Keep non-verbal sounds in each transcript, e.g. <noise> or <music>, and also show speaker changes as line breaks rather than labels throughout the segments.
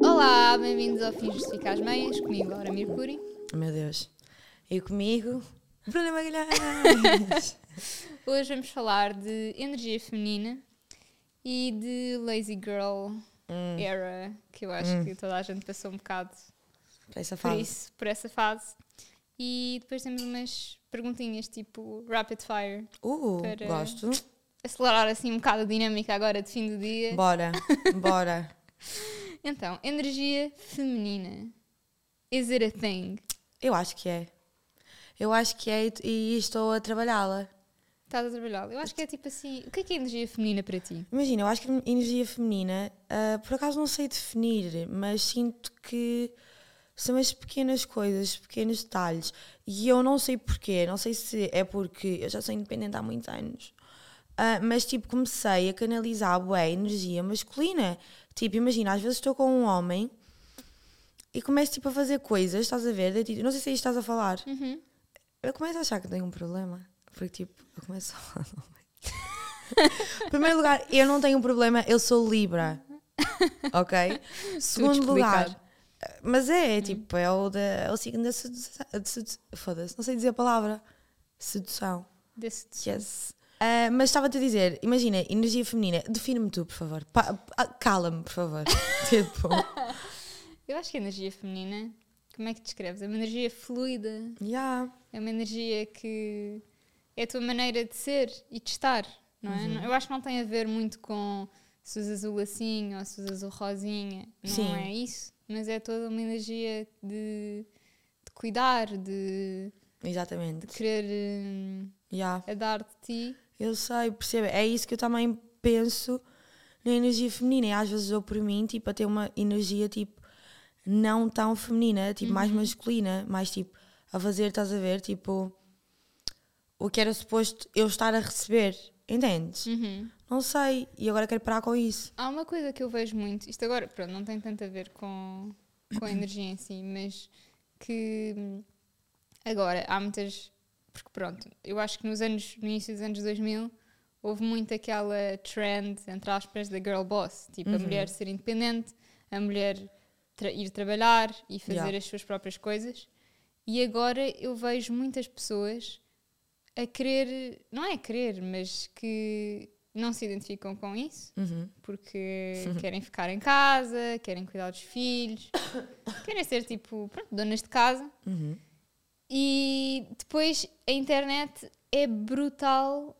Olá, bem-vindos ao Fim Justifica as Meias, comigo Laura Mercuri.
Meu Deus. E comigo, Bruna
<laughs>
Magalhães.
Hoje vamos falar de energia feminina e de lazy girl era, que eu acho que toda a gente passou um bocado
Para essa
por
fase.
isso, por essa fase. E depois temos umas perguntinhas tipo rapid fire,
Uh,
Para-
gosto.
acelerar assim um bocado a dinâmica agora de fim do dia. <laughs>
Bora, bora.
Então, energia feminina. Is it a thing?
Eu acho que é. Eu acho que é e- e estou a trabalhá-la.
Estás a trabalhar? Eu acho que é tipo assim, o que é que é energia feminina para ti?
Imagina, eu acho que a energia feminina, ah, por acaso não sei definir, mas sinto que são as pequenas coisas, pequenos detalhes. E eu não sei porquê, não sei se é porque eu já sou independente há muitos anos, Ah, mas tipo comecei a canalizar bué, a energia masculina. Tipo, imagina, às vezes estou com um homem e começo tipo a fazer coisas, estás a ver? Da ti- Não sei se aí estás a falar. Eu começo a achar que tenho um problema. Porque, tipo, eu começo a falar do homem. <laughs> Primeiro lugar, eu não tenho um problema, eu sou Libra. Ok? Segundo lugar.
explicar.
Mas é, é tipo, é o, da, é o signo da sedução. de sedu- Foda-se, não sei dizer a palavra. Sedução.
Desse
Yes. Ah, mas estava-te a dizer, imagina, energia feminina, define-me tu, por favor. Pa- pa- Cala-me,
<laughs>
por favor. tipo,
Eu acho que a energia feminina, como é que descreves? É uma energia fluida,
yeah.
é uma energia que é a tua maneira de ser e de estar, não é? Eu acho que não tem a ver muito com se usas o lacinho ou se usas o rosinha, não
Sim.
é isso, mas é toda uma energia de, de cuidar, de,
Exatamente.
de querer hum,
Yeah.
a dar de ti.
Eu sei, percebo. É isso que eu também penso na energia feminina. E às vezes dou por mim, tipo, a ter uma energia, tipo, não tão feminina, tipo,
Uhum.
mais masculina, mais, tipo, a fazer, estás a ver, tipo, o que era suposto eu estar a receber. Entendes?
Uhum.
Não sei. E agora quero parar com isso.
Há uma coisa que eu vejo muito, isto agora, pronto, não tem tanto a ver com, com a energia em si, mas que hum, agora há muitas. Porque pronto, eu acho que nos anos, no início dos anos 2000 houve muito aquela trend, entre aspas, da girl boss, tipo a mulher ser independente, a mulher tra- ir trabalhar e fazer
Yeah.
as suas próprias coisas. E agora eu vejo muitas pessoas a querer, não é a querer, mas que não se identificam com isso
<laughs>
porque querem ficar em casa, querem cuidar dos filhos, <coughs> querem ser tipo, pronto, donas de casa.
Uhum.
E depois a internet é brutal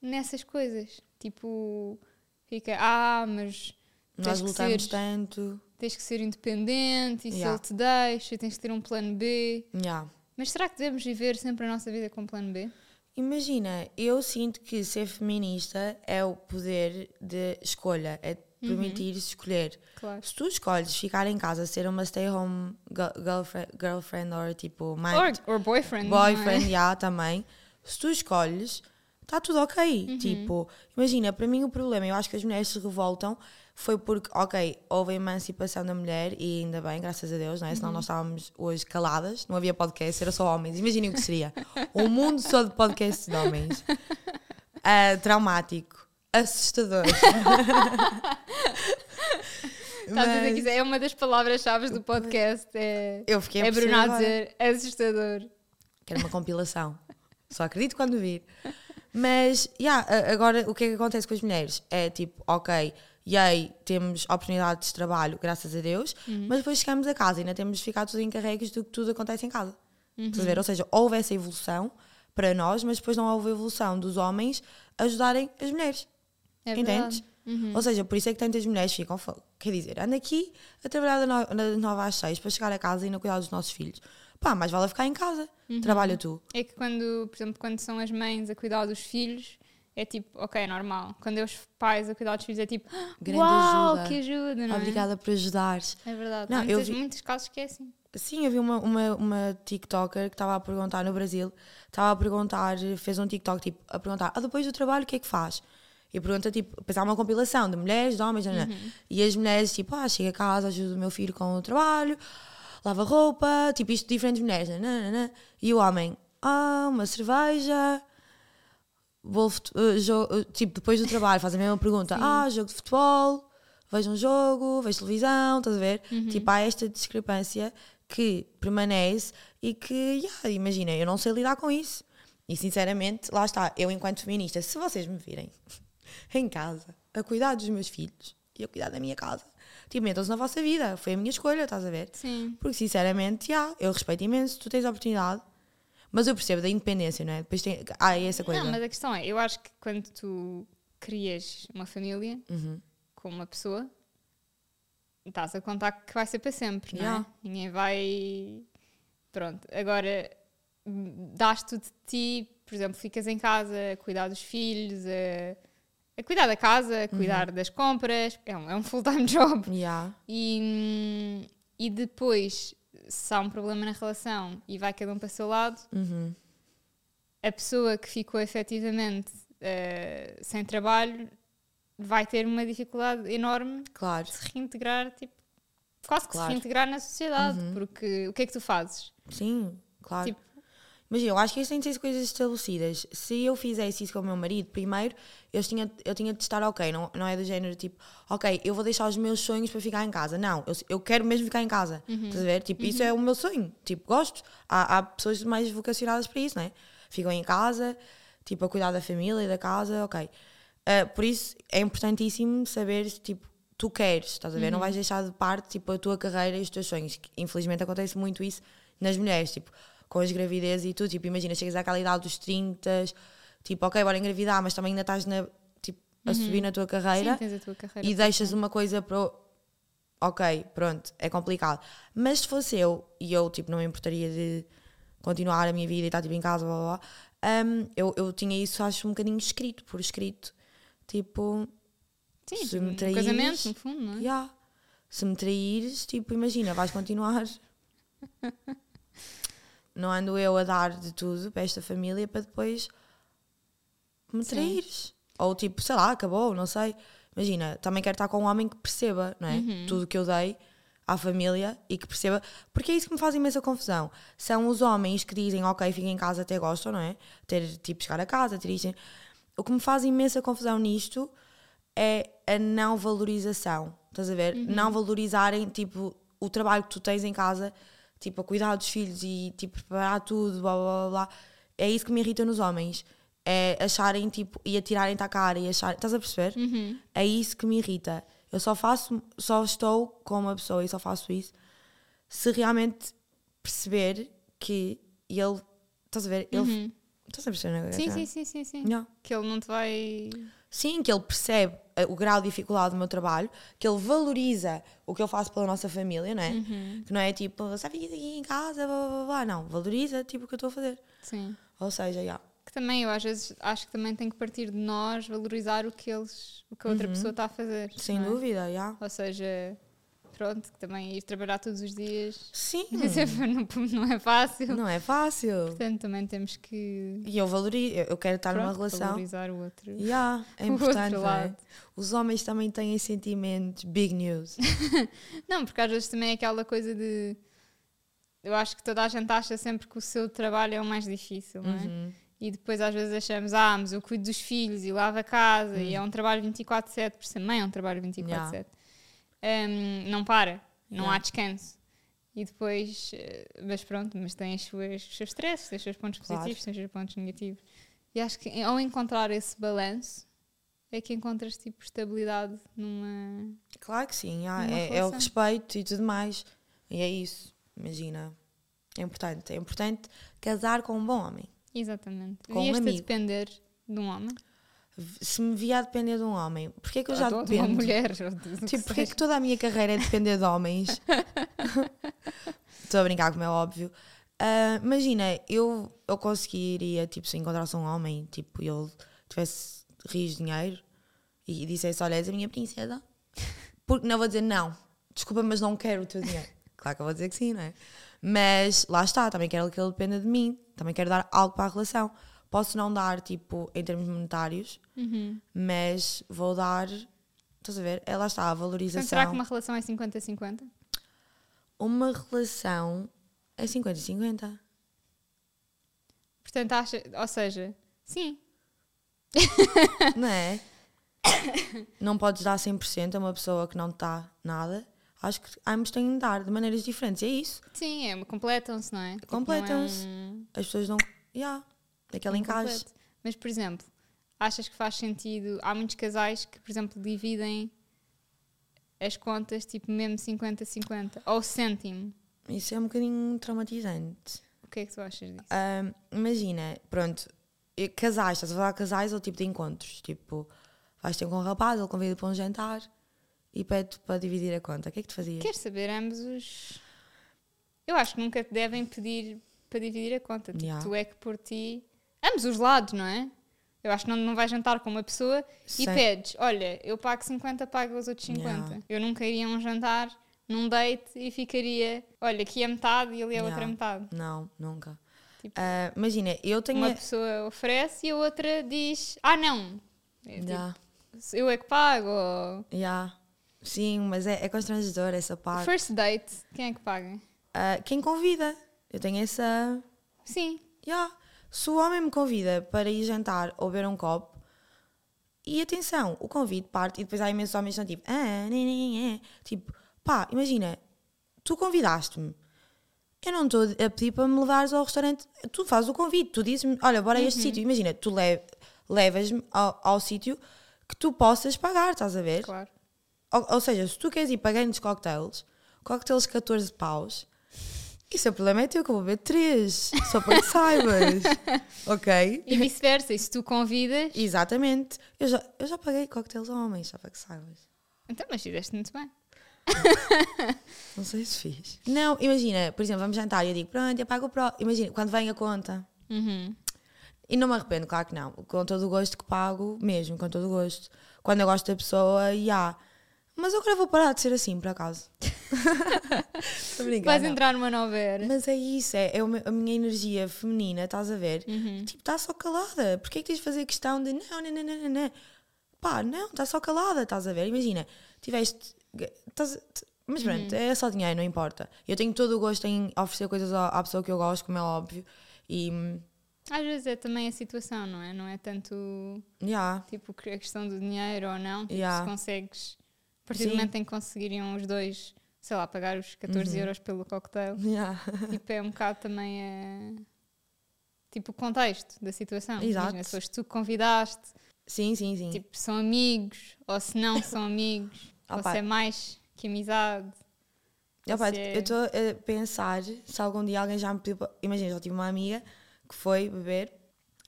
nessas coisas. Tipo, fica, ah, mas
Nós
tens que, ser,
lutamos tanto.
tens que ser independente e se
Yeah.
ele te deixa, tens que ter um plano B.
Yeah.
Mas será que devemos viver sempre a nossa vida com um plano B?
Imagina, eu sinto que ser feminista é o poder de escolha, é permitir-se escolher.
Claro.
Se tu escolhes ficar em casa, ser uma stay-home girlfriend, girlfriend ou tipo mãe,
Or, or boyfriend. não é?
boyfriend, já também, se tu escolhes, está tudo ok.
Uhum.
Tipo, imagina, para mim o problema, eu acho que as mulheres se revoltam, foi porque, ok, houve a emancipação da mulher e ainda bem, graças a Deus, não é?
Uhum.
Senão nós estávamos hoje caladas, não havia podcast, era só homens. Imaginem o que
<laughs>
seria. um mundo só de podcasts de homens. Ah, traumático.
<laughs>
Assustador.
Estás a dizer que
Mas-
isso é uma das palavras-chave do podcast. É,
Eu fiquei a
é
perceber
Bruno a
agora.
dizer assustador.
Quero uma compilação. Só acredito quando vir. Mas, yeah, a- agora o que é que acontece com as mulheres? É tipo, ok, yay, temos oportunidades de trabalho, graças a Deus, mas depois chegamos a casa e ainda temos de ficar todos encarregues do que tudo acontece em casa. Estás a ver? Ou seja, houve essa evolução para nós, mas depois não houve evolução dos homens ajudarem as mulheres.
É
Entendes?
verdade.
Ou seja, por isso é que tantas mulheres ficam. fo- Quer dizer, anda aqui a trabalhar da no- da nova às seis para chegar a casa e não cuidar dos nossos filhos. Pá, mais vale ficar em casa. Trabalha tu.
É que quando, por exemplo, quando são as mães a cuidar dos filhos, é tipo, ok, é normal. Quando é os pais a cuidar dos filhos, é tipo, "Ah,
Grande
uau,
ajuda.
que ajuda, não é?
Obrigada por ajudares.
É verdade.
Não,
Há
eu
muitas,
vi-
muitos casos que é assim.
Sim, eu vi uma, uma, uma TikToker que estava a perguntar no Brasil, estava a perguntar, fez um TikTok tipo, a perguntar, ah, depois do trabalho o que é que faz? E pergunta tipo, pensar uma compilação de mulheres, de homens, nananã. e as mulheres tipo, ah, chego a casa, ajudo o meu filho com o trabalho, lava roupa, tipo isto, diferentes mulheres, nananã. né. e o homem, ah, uma cerveja, vou, fut- eh, jo- eh, tipo, depois do trabalho faz a mesma pergunta, ah, jogo de futebol, vejo um jogo, vejo televisão, estás a ver?
Uhum.
Tipo, há esta discrepância que permanece e que, yeah, imagina, eu não sei lidar com isso. E sinceramente, lá está, eu enquanto feminista, se vocês me virem <laughs> em casa a cuidar dos meus filhos e a cuidar da minha casa, tipo, metam-se na vossa vida, foi a minha escolha, estás a ver?
Sim.
Porque sinceramente, yeah, eu respeito imenso, tu tens a oportunidade, mas eu percebo da independência, não é? Depois tem, há essa coisa.
Não, mas a questão é, eu acho que quando tu crias uma família
Uhum.
com uma pessoa, estás a contar que vai ser para sempre, não
Yeah.
é? Ninguém vai. Pronto, agora dás tudo de ti, por exemplo, ficas em casa a cuidar dos filhos, a, a cuidar da casa, a
Uhum.
cuidar das compras, é um, é um full-time <laughs> job.
Yeah.
E, hum, e depois, se há um problema na relação e vai cada um para o seu lado,
Uhum.
a pessoa que ficou efetivamente eh, sem trabalho vai ter uma dificuldade enorme
Claro,
de se reintegrar, tipo, quase que
Claro.
se reintegrar na sociedade, porque o que é que tu fazes?
sim, claro.
Tipo-
Imagina, eu acho que isto tem de ser coisas estabelecidas. Se eu fizesse isso com o meu marido, primeiro, eu tinha, eu tinha de estar ok, não, não é do género tipo, ok, eu vou deixar os meus sonhos para ficar em casa. Não, eu, eu quero mesmo ficar em casa. Estás a ver? Tipo, isso é o meu sonho. Tipo, gosto. Há, há pessoas mais vocacionadas para isso, não é? Ficam em casa, tipo, a cuidar da família, e da casa, ok. Ah, por isso é importantíssimo saber, tipo, tu queres, estás a ver?
Uhum.
Não vais deixar de parte, tipo, a tua carreira e os teus sonhos. que, Infelizmente acontece muito isso nas mulheres, tipo, com as gravidez e tudo. Tipo, imagina, chegas àquela idade dos 30, tipo, ok, bora engravidar, mas também ainda estás na, tipo, a subir na tua carreira
Uhum. Sim, tens a tua carreira.
e deixas uma coisa para. o- Ok, pronto, é complicado. Mas se fosse eu, e eu tipo, não me importaria de continuar a minha vida e estar tipo, em casa, blá blá blá, hum, eu, eu tinha isso, acho, um bocadinho escrito, por escrito. Tipo,
Sim,
se me
um
traíres-
casamento, no fundo, não é?
yeah, se me traíres, tipo, imagina,
<laughs>
vais continuar. não ando eu a dar de tudo para esta família para depois me
Sim.
traíres. Ou tipo, sei lá, acabou, não sei. Imagina, também quero estar com um homem que perceba, não é?
Uhum.
Tudo o que eu dei à família e que perceba. Porque é isso que me faz imensa confusão. São os homens que dizem, ok, fiquem em casa até gostam, não é? Ter, tipo, chegar a casa, ter isto. O que me faz imensa confusão nisto é a não valorização. Estás a ver?
Uhum.
Não valorizarem, tipo, o trabalho que tu tens em casa, tipo, a cuidar dos filhos e, tipo, preparar tudo, blá, blá, blá, blá. É isso que me irrita nos homens. É acharem, tipo, e atirarem-te à cara e acharem... Estás a perceber?
Uhum.
É isso que me irrita. Eu só faço... Só estou com uma pessoa e só faço isso se realmente perceber que ele... Estás a ver? Ele... Estás a perceber? não é?
Uhum. Sim, sim, sim, sim, sim.
Não.
Que ele não te vai.
Sim, que ele percebe eh, o grau de dificuldade do meu trabalho, que ele valoriza o que eu faço pela nossa família, não é?
Uhum.
Que não é tipo, sabe isso aqui em casa, blá, blá, blá, blá. Não, valoriza tipo o que eu estou a fazer.
Sim.
Ou seja, já.
Que também eu às vezes acho que também tem que partir de nós valorizar o que eles, o que a outra pessoa está a fazer.
Uhum. sem
não é?
dúvida, já.
Ou seja, pronto, que também ir trabalhar todos os dias <laughs>
Sim,
sempre não, <laughs> não é fácil.
Uhum. não é fácil.
Portanto, também temos que
E eu valorizo, eu quero estar numa
pronto,
relação.
valorizar o outro.
já é
<laughs> O outro
importante, não é?
lado.
Os homens também têm sentimentos, big news.
Não, porque às vezes também é aquela coisa de. Eu acho que toda a gente acha sempre que o seu trabalho é o mais difícil, não é?
Uhum.
E depois às vezes achamos, ah, mas eu cuido dos filhos e lavo a casa e
Hum.
é um trabalho 24-7, por isso também é um trabalho 24-7. Hum, não para, não
Yeah.
há descanso. E depois, eh, mas pronto, mas tem as suas, os seus stresses, tem os seus pontos
Claro.
positivos, tem os seus pontos negativos. E acho que ao encontrar esse balanço é que encontras tipo estabilidade numa.
Claro que sim, já.
Numa
É, é o
relação.
respeito e tudo mais. E é isso, imagina. É importante, é importante casar com um bom homem.
Exatamente.
Com um
Devias ter
amigo.
de depender de um homem.
V- Se me via a depender de um homem, porquê que eu já
ou de
dependo?
uma mulher. ou de- do que
Tipo, porquê
seja.
que toda a minha carreira é depender de homens? Estou a brincar, como é óbvio. Ah, imagina, eu, eu conseguiria, tipo, se encontrasse um homem, tipo, e ele tivesse rios de dinheiro e, e dissesse, olha, és a minha princesa. Porque não vou dizer não, desculpa, mas não quero o teu dinheiro. Claro que eu vou dizer que sim, não é? Mas lá está, também quero que ele dependa de mim, também quero dar algo para a relação. Posso não dar, tipo, em termos monetários,
Uhum.
mas vou dar, estás a ver? É, lá está, a
Então,
valorização.
será que uma relação é 50-50?
uma... relação
<laughs>
é 50-50.
Portanto, acha, ou seja, sim,
não é? não podes dar 100% a uma pessoa que não está nada. Acho que ambos têm de dar de maneiras diferentes. E é isso.
Sim, é, completam-se, não é? Tipo, não é
Completam-se.
um-
As pessoas não. Yeah, aquele encaixe.
Incompleto. Mas, por exemplo, achas que faz sentido? Há muitos casais que, por exemplo, dividem as contas tipo mesmo 50-50 ou cêntimo.
Isso é um bocadinho traumatizante.
O que é que tu achas disso?
Ahm, imagina, pronto, e casais, estás a falar de casais ou tipo de encontros? Tipo, vais ter com um rapaz, ele convida para um jantar e pede para dividir a conta. O que é que tu fazias?
Quero saber ambos os. Eu acho que nunca te devem pedir para dividir a conta. Tipo,
Yeah.
tu é que por ti. Ambos os lados, não é? Eu acho que não, não vais jantar com uma pessoa e
Sim.
pedes: olha, eu pago 50, pago os outros 50.
Yeah.
Eu nunca iria a um jantar, num date e ficaria: olha, aqui é metade e ali é a outra
Yeah.
metade.
Não, nunca.
Tipo-
Ah, imagina, eu tenho.
Uma pessoa oferece e a outra diz: ah, não. É tipo,
Já,
eu é que pago. ou-
já. Sim, mas é, é constrangedor essa parte.
First date, quem é que paga?
Ah, quem convida? Eu tenho essa.
Sim,
Ya, Se o homem me convida para ir jantar ou beber um copo, e atenção, o convite parte e depois há imensos homens que são tipo, ah, né, né, né. tipo, pá, imagina, tu convidaste-me. Eu não estou a pedir para me levares ao restaurante. Tu fazes o convite, tu dizes-me, olha, bora a este sítio. Imagina, tu le- levas-me ao, ao sítio que tu possas pagar, estás a ver?
claro.
Ou, ou seja, se tu queres ir para grandes cocktails, cocktails 14 paus, isso é problema é teu, que eu vou beber 3, só para que <laughs> saibas. ok?
E vice-versa, e se tu convidas.
Exatamente. Eu já, eu já paguei cocktails a homens, só para que saibas.
Então, mas fizeste muito bem.
Não sei se fiz. Não, imagina, por exemplo, vamos jantar e eu digo, pronto, eu pago o pró. Imagina, quando vem a conta.
Uhum.
E não me arrependo, claro que não. Com todo o gosto que pago, mesmo, com todo o gosto. Quando eu gosto da pessoa, já. Mas eu agora vou parar de ser assim, por <laughs> acaso. Estou a brincar,
Vais
não.
entrar numa nova era.
Mas é isso, é, é o meu- a minha energia feminina, estás a ver? Tipo, está só calada. Porquê é que tens de fazer questão de não, não, não, não, não, não? Pá, não, está só calada, estás a ver? Imagina, tiveste. estás a- t- mas pronto, é só dinheiro, não importa. Eu tenho todo o gosto em oferecer coisas à, à pessoa que eu gosto, como é óbvio. E. hum,
Às vezes é também a situação, não é? Não é tanto
Yeah, <laughs>
tipo que- a questão do dinheiro ou não. Tipo,
Yeah.
se consegues. A partir do
Sim.
momento em que conseguiriam os dois, sei lá, pagar os 14 euros pelo <laughs> cocktail,
yeah.
tipo, é um bocado também a. Tipo, o contexto da situação. Imagina,
Exato.
se foste tu que convidaste,
Sim, sim, sim.
tipo, são amigos, ou se não <laughs> são amigos, ou
Opa.
se é mais que amizade.
Opa,
Isso é-
Eu estou a pensar se algum dia alguém já me pediu. pa- Imagina, já tive uma amiga que foi beber,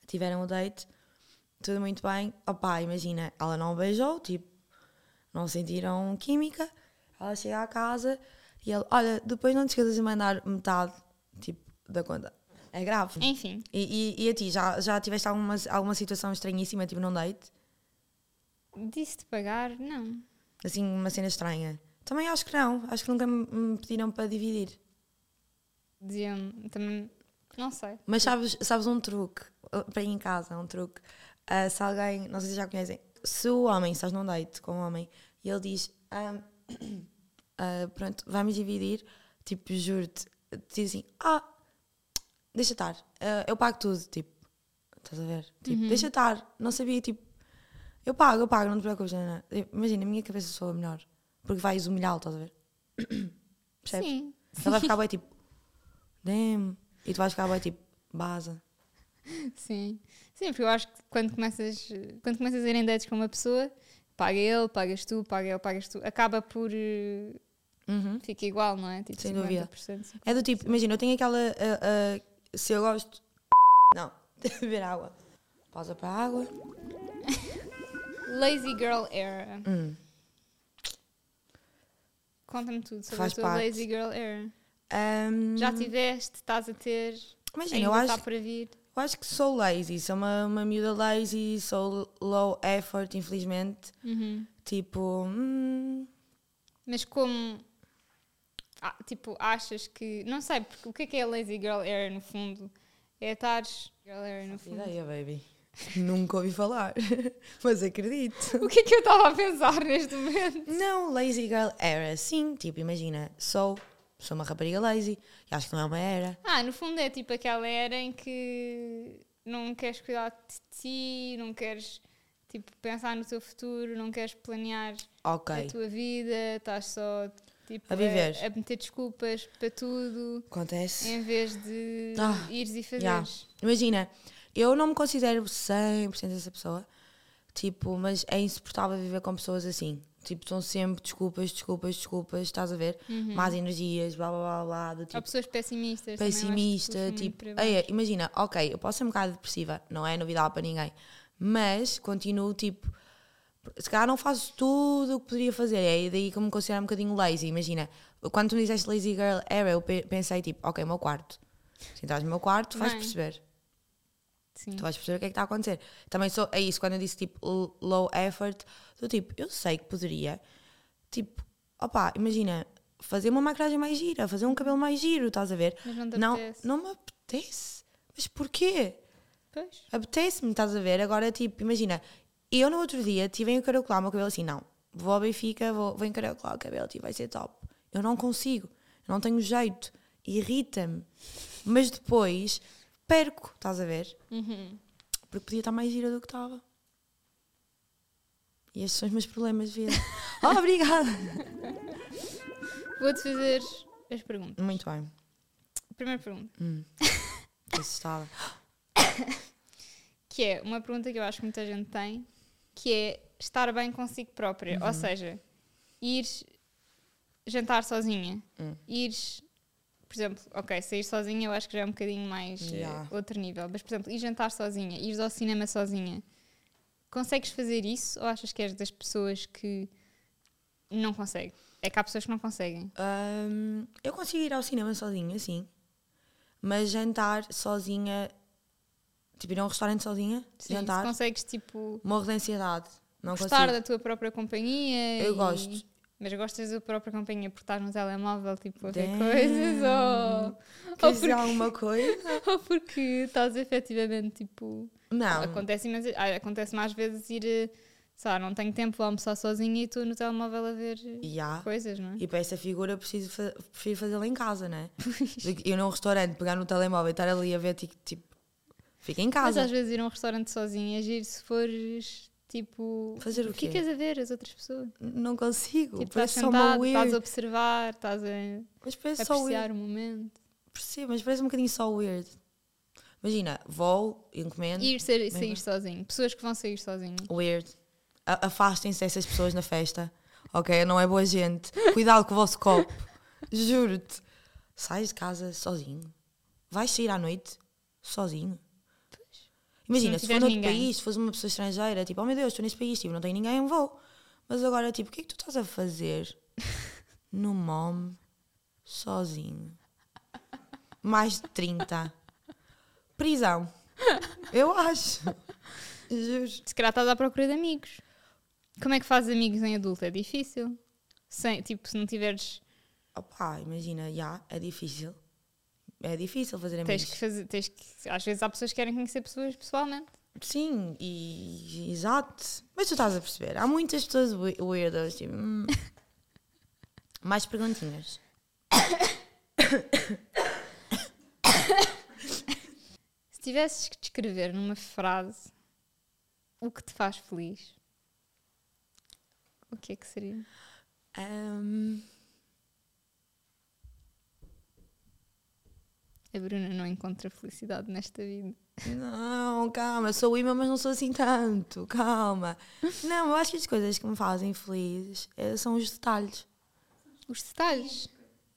tiveram o date, tudo muito bem. Opa, imagina, ela não o beijou, tipo, não sentiram química. Ela chega à casa e ele, olha, depois não te esqueças de mandar metade, tipo, da conta. É grave.
Enfim,
E, e, e a ti, já, já tiveste alguma, alguma situação estranhíssima, tipo, num date?
disse de pagar, não.
Assim, uma cena estranha? Também acho que não, acho que nunca me- me pediram para dividir.
Diziam também. Não sei.
Mas sabes, sabes um truque? Uh, Para ir em casa, um truque. Uh, se alguém, não sei se já conhecem, se o homem, estás num date com um homem e ele diz: "Ah, <clears throat> ah, Pronto, vamos dividir, tipo, juro-te, diz assim: Ah, deixa estar, ah, eu pago tudo. Tipo, estás a ver? Tipo, deixa estar, não sabia, tipo, eu pago, eu pago, não te preocupes. não, não. Imagina, a minha cabeça sou a melhor, porque vais humilhá-lo, estás a ver? <clears throat> Percebes?
Sim.
Ele vai ficar bem tipo, damn. E tu vais ficar bem tipo, baza.
Sim. Sim, porque eu acho que quando começas, quando começas a ir em dates com uma pessoa, paga ele, pagas tu, paga ele, pagas tu, acaba por. eh, Fica igual, não é? Tipo,
Sem dúvida.
50%, sim.
É do tipo, imagina, eu tenho aquela. ah, ah, se eu gosto. <laughs> Não, beber água. Pausa para a água.
Lazy girl era.
Hum.
Conta-me tudo sobre
Faz
a tua
parte. Hum.
lazy girl era.
Ahm,
Já tiveste, estás a ter,
Imagina,
ainda
eu
está
acho,
para vir.
eu acho que sou lazy, sou uma, uma miúda lazy, sou low effort, infelizmente.
Uhum.
Tipo, hum,
Mas como. ah, tipo, achas que. Não sei, porque o que é que é lazy girl era no fundo? É estares. Girl era no fundo.
ideia, baby. Nunca ouvi falar, <laughs> mas acredito.
O que é que eu estava a pensar neste momento?
Não, lazy girl era sim, tipo, imagina, sou, sou uma rapariga lazy, e acho que não é uma era.
Ah, no fundo é tipo aquela era em que não queres cuidar de ti, não queres Tipo, pensar no teu futuro, não queres planear
Ok.
a tua vida, estás só tipo,
A viver.
A, meter desculpas para tudo,
Acontece.
em vez de
Ah,
ires e fazeres.
Yeah. Imagina, eu não me considero 100% essa pessoa, tipo, mas é insuportável viver com pessoas assim. Tipo, são sempre desculpas, desculpas, desculpas, estás a ver? Más energias, blá blá blá blá, do
Há
tipo,
pessoas pessimistas. também, eu acho que
pessimista,
puxam muito
tipo,
para baixo.
ei, imagina, ok, eu posso ser um bocado depressiva, não é novidade para ninguém, mas continuo tipo, se calhar não faço tudo o que poderia fazer, é daí que eu me considero um bocadinho lazy, imagina, quando tu me disseste lazy girl era, eu pe- pensei tipo, ok, o meu quarto, se estás no meu quarto, vais
Bem. Hum.
perceber,
Sim.
tu vais perceber o que é que está a acontecer. Também sou, é isso, quando eu disse tipo l- low effort, do tipo, eu sei que poderia, tipo, opá, imagina, fazer uma maquilhagem mais gira, fazer um cabelo mais giro, estás a ver?
Mas não te
não,
apetece.
não me apetece. Mas porquê?
Pois.
Apetece-me, estás a ver? Agora, tipo, imagina, eu no outro dia tive a encaracolar o meu cabelo assim, não, vou ao Benfica, vou, vou encaracolar o cabelo, tipo, vai ser top. Eu não consigo, eu não tenho jeito, irrita-me. Mas depois perco, estás a ver?
Uhum.
Porque podia estar mais gira do que estava. E estes são os meus problemas de
<laughs>
vida. oh, obrigada!
Vou-te fazer as perguntas.
Muito bem.
Primeira pergunta,
Estou Assustada.
que é uma pergunta que eu acho que muita gente tem, que é estar bem consigo própria.
Uhum.
Ou seja, ires jantar sozinha,
Hum.
ires, por exemplo, ok, sair sozinha eu acho que já é um bocadinho mais eh,
Yeah.
outro nível, mas por exemplo, ir jantar sozinha, ires ao cinema sozinha, consegues fazer isso ou achas que és das pessoas que não conseguem? É que há pessoas que não conseguem.
Hum, eu consigo ir ao cinema sozinha, sim. Mas jantar sozinha, tipo ir a um restaurante sozinha,
Sim, se
jantar,
consegues tipo
morro de ansiedade. Não
gostar
consigo.
da tua própria companhia.
Eu
e- <laughs>
gosto.
Mas gostas da própria companhia por estar no telemóvel, tipo, a ver
Damn.
coisas? Ou, ou,
Queres dizer
porque,
alguma coisa?
ou <laughs> porque estás efetivamente, tipo...
Não.
Acontece, mas, acontece-me às vezes ir, eh, sei lá, não tenho tempo, vou almoçar sozinha e estou no telemóvel a ver eh,
Já.
coisas, não é?
E para essa figura eu preciso fa prefiro fazê-la em casa, né?
<laughs>
Do que ir num restaurante, pegar no telemóvel e estar ali a ver, tipo, tipo fica em
Mas
casa.
às vezes ir a um restaurante sozinha, é giro se fores, tipo...
Fazer o
O que
quê?
queres a ver as outras pessoas?
Não consigo.
Tipo, estás
parece só uma
sentado,
weird.
estás a observar, estás a
Mas parece só weird.
apreciar o momento.
Percebo, mas parece um bocadinho só weird. Imagina, vou, encomendo,
Ir ser-
Bem,
sair
bem.
sozinho. Pessoas que vão sair sozinho.
weird. A- Afastem-se dessas pessoas na festa, ok? Não é boa gente. Cuidado com o vosso copo. Juro-te. Sais de casa sozinho. Vais sair à noite sozinho. Imagina,
Se
se,
não tiver
for noutro
ninguém.
país, se fores uma pessoa estrangeira, tipo, oh meu Deus, estou neste país, tipo, não tenho ninguém, eu vou. Mas agora, tipo, o que é que tu estás a fazer no mom sozinho? Mais de 30. Prisão. Eu acho. Juro.
Se calhar estás à procura de amigos. Como é que fazes amigos em adulto? É difícil. Sem, tipo, se não tiveres.
Opá, imagina, já, é difícil. É difícil fazer
Tens
amigos.
que fazer. Tens que, às vezes há pessoas que querem conhecer pessoas pessoalmente.
Sim, e exato. Mas tu estás a perceber. Há muitas pessoas we- weirdas,
<laughs>
tipo. hum. Mais perguntinhas.
Se tivesses que descrever numa frase o que te faz feliz, o que é que seria?
Ahm,
A Bruna não encontra felicidade nesta vida.
não, calma, sou imã, mas não sou assim tanto. Calma. Não, eu acho que as coisas que me fazem feliz eh, são os detalhes.
Os detalhes.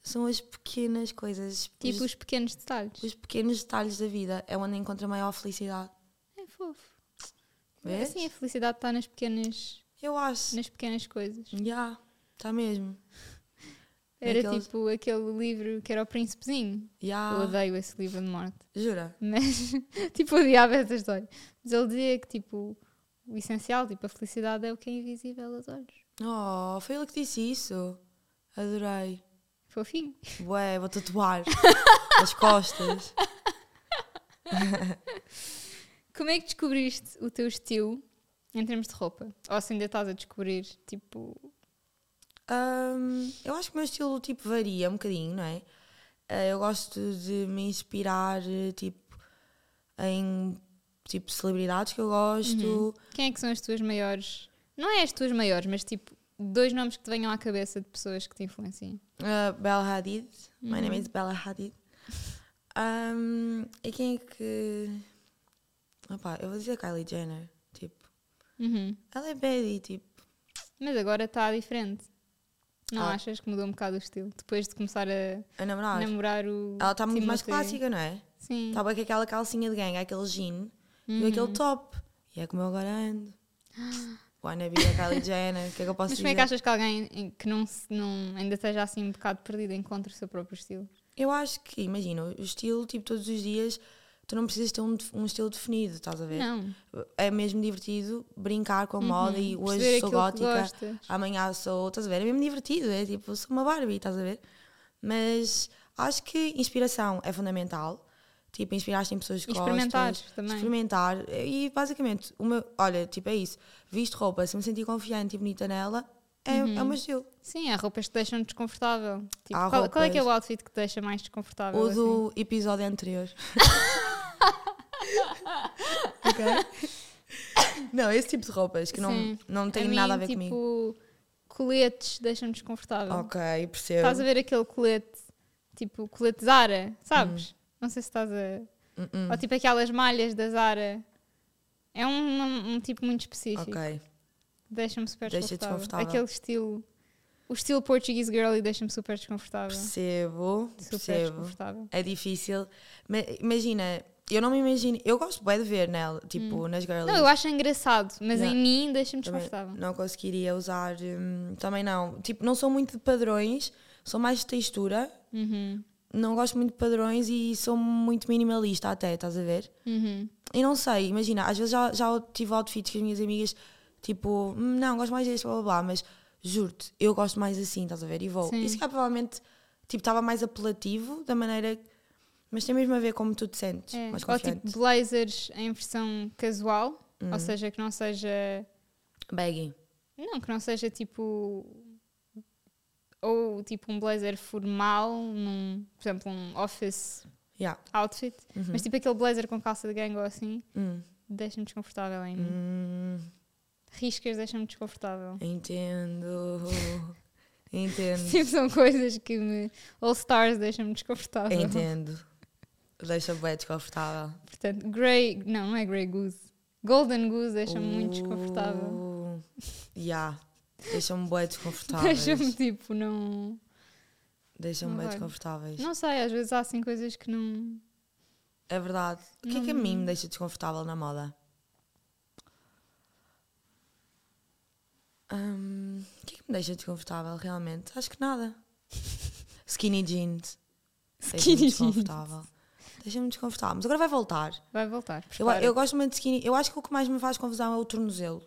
São as pequenas coisas.
Tipo
os,
os pequenos detalhes.
os pequenos detalhes da vida. É onde encontro a maior felicidade.
É fofo.
Vês?
Assim a felicidade está nas pequenas,
Eu acho.
nas pequenas coisas.
Já, está tá mesmo.
Era
Naqueles-
tipo aquele livro que era o Príncipezinho.
Já.
Eu odeio esse livro de morte. <laughs>
Jura?
Mas, tipo, odiava essa história. Mas ele dizia que, tipo, o essencial, tipo, a felicidade é o que é invisível aos olhos.
Oh, foi ele que disse isso. Adorei.
Fofinho.
Ué, vou tatuar as costas.
Como é que descobriste o teu estilo em termos de roupa? Ou se ainda estás a descobrir, tipo...
Hum, eu acho que o meu estilo tipo varia um bocadinho, não é? Eh, Eu gosto de me inspirar eh, tipo em tipo celebridades que eu gosto.
Quem é que são as tuas maiores? Não é as tuas maiores, mas tipo, dois nomes que te venham à cabeça de pessoas que te influenciam.
Uh, Bella Hadid. My name is Bella Hadid. Um, e quem é que. Opá, eu vou dizer Kylie Jenner. Tipo,
Uhum.
ela é bela e tipo.
Mas agora está diferente. Não
Ah.
achas que mudou um bocado o estilo? Depois de começar a
A namorar.
namorar o.
ela está muito mais
Timothy.
clássica, não é?
Sim.
Está bem com aquela calcinha de gangue, aquele jean e
Uhum.
aquele top. E é como eu
<gasps>
agora ando. Wanna be a Kylie Jenner. O que é que eu posso
Mas como é
dizer?
que achas que alguém em- que não, se- não- ainda esteja assim um bocado perdido encontra o seu próprio estilo?
Eu acho que, imagina, o estilo, tipo, todos os dias, tu não precisas ter um, def- um estilo definido, estás a ver?
Não. Uhum.
É mesmo divertido brincar com a moda e
Perceber
hoje sou
aquilo que
gótica,
gostas.
amanhã sou, estás a ver? É mesmo divertido, é tipo, sou uma Barbie, estás a ver? Mas acho que inspiração é fundamental. Tipo, inspirar-te em pessoas que
E experimentar
gostas.
também.
Experimentar. E basicamente, o meu- olha, tipo, é isso. Visto roupa, se me sentir confiante e bonita nela, é,
Uhum.
é o meu estilo.
Sim, há roupas que te deixam desconfortável. Tipo,
Há
qual, qual é que é o
roupas-
outfit que te deixa mais desconfortável?
O
assim?
do
<laughs>
episódio anterior. ok? Não, esse tipo de roupas que não,
Sim.
não tem
mim,
nada a ver
tipo,
comigo.
coletes deixam-me desconfortável.
Ok, percebo.
tipo, Estás a ver aquele colete, tipo, colete Zara, sabes? Não sei se estás a.
Hum, hum.
Ou tipo aquelas malhas da Zara. É um, um- um tipo muito específico.
Ok.
Deixa-me super
Deixa-te
desconfortável.
desconfortável.
Aquele estilo. O estilo Portuguese girly deixa-me super desconfortável.
Percebo,
Super
percebo.
desconfortável.
É difícil. Ma- Imagina, eu não me imagino. Eu gosto bem de ver nela, tipo, nas girls.
Hum. Não, eu acho engraçado, mas
Yeah.
em mim deixa-me
Também
desconfortável.
não conseguiria usar. hum, também não. Tipo, não sou muito de padrões, sou mais de textura.
Uhum,
Não gosto muito de padrões e sou muito minimalista até, estás a ver?
uhum.
E não sei, imagina, às vezes já, já tive outfits que as minhas amigas, tipo, "Hum, não, gosto mais deste, blá blá blá, mas juro-te, eu gosto mais assim, estás a ver? E vou.
Sim.
Isso que provavelmente, tipo, estava mais apelativo da maneira. Mas tem mesmo a ver como tu te sentes,
É,
mais
Ou tipo
confiante. Uhum.
blazers em versão casual, ou seja, que não seja.
Baggy.
Não, que não seja tipo. Ou tipo um blazer formal, num, por exemplo, um office
Yeah. Uhum.
outfit, mas tipo aquele blazer com calça de gangue ou assim,
Hum.
deixa-me desconfortável em mim. Uhum.
Hum,
Riscas deixam-me desconfortável.
entendo. <laughs> Entendo.
Tipo, são coisas que me. All Stars deixam-me desconfortável.
Entendo. Deixa bem desconfortável.
Portanto, Grey. Não, não é Grey Goose. Golden Goose deixa-me muito
Oh,
desconfortável.
Uh, Yeah. Deixa-me bem desconfortáveis.
Deixa-me tipo, não.
Deixa-me bem
Ok.
desconfortáveis.
Não sei, às vezes há assim coisas que não.
É verdade. O que é que a mim me deixa desconfortável na moda? Hum, o que é que me deixa desconfortável realmente? Acho
<laughs>
que nada. Skinny jeans.
Skinny
Deixa-me
jeans.
desconfortável. Deixa-me desconfortável. Mas agora vai voltar.
Vai voltar.
Eu,
prepara-te.
eu gosto muito de skinny. Eu acho que o que mais me faz confusão é o tornozelo.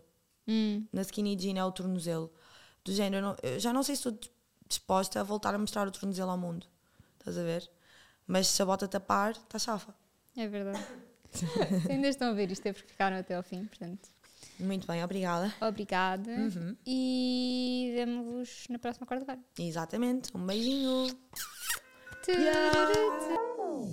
Hum,
Na skinny jean é o tornozelo. Do género, eu, não- eu já não sei se estou dis- disposta a voltar a mostrar o tornozelo ao mundo. Estás a ver? Mas se a bota tapar, está chafa.
é
<laughs>
verdade. Se ainda estão a ver isto é porque ficaram até ao fim, portanto.
Muito bem, obrigada.
Obrigada.
Uhum.
E vemo-vos na próxima quarta-feira.
Exatamente. Um beijinho.
Tururu.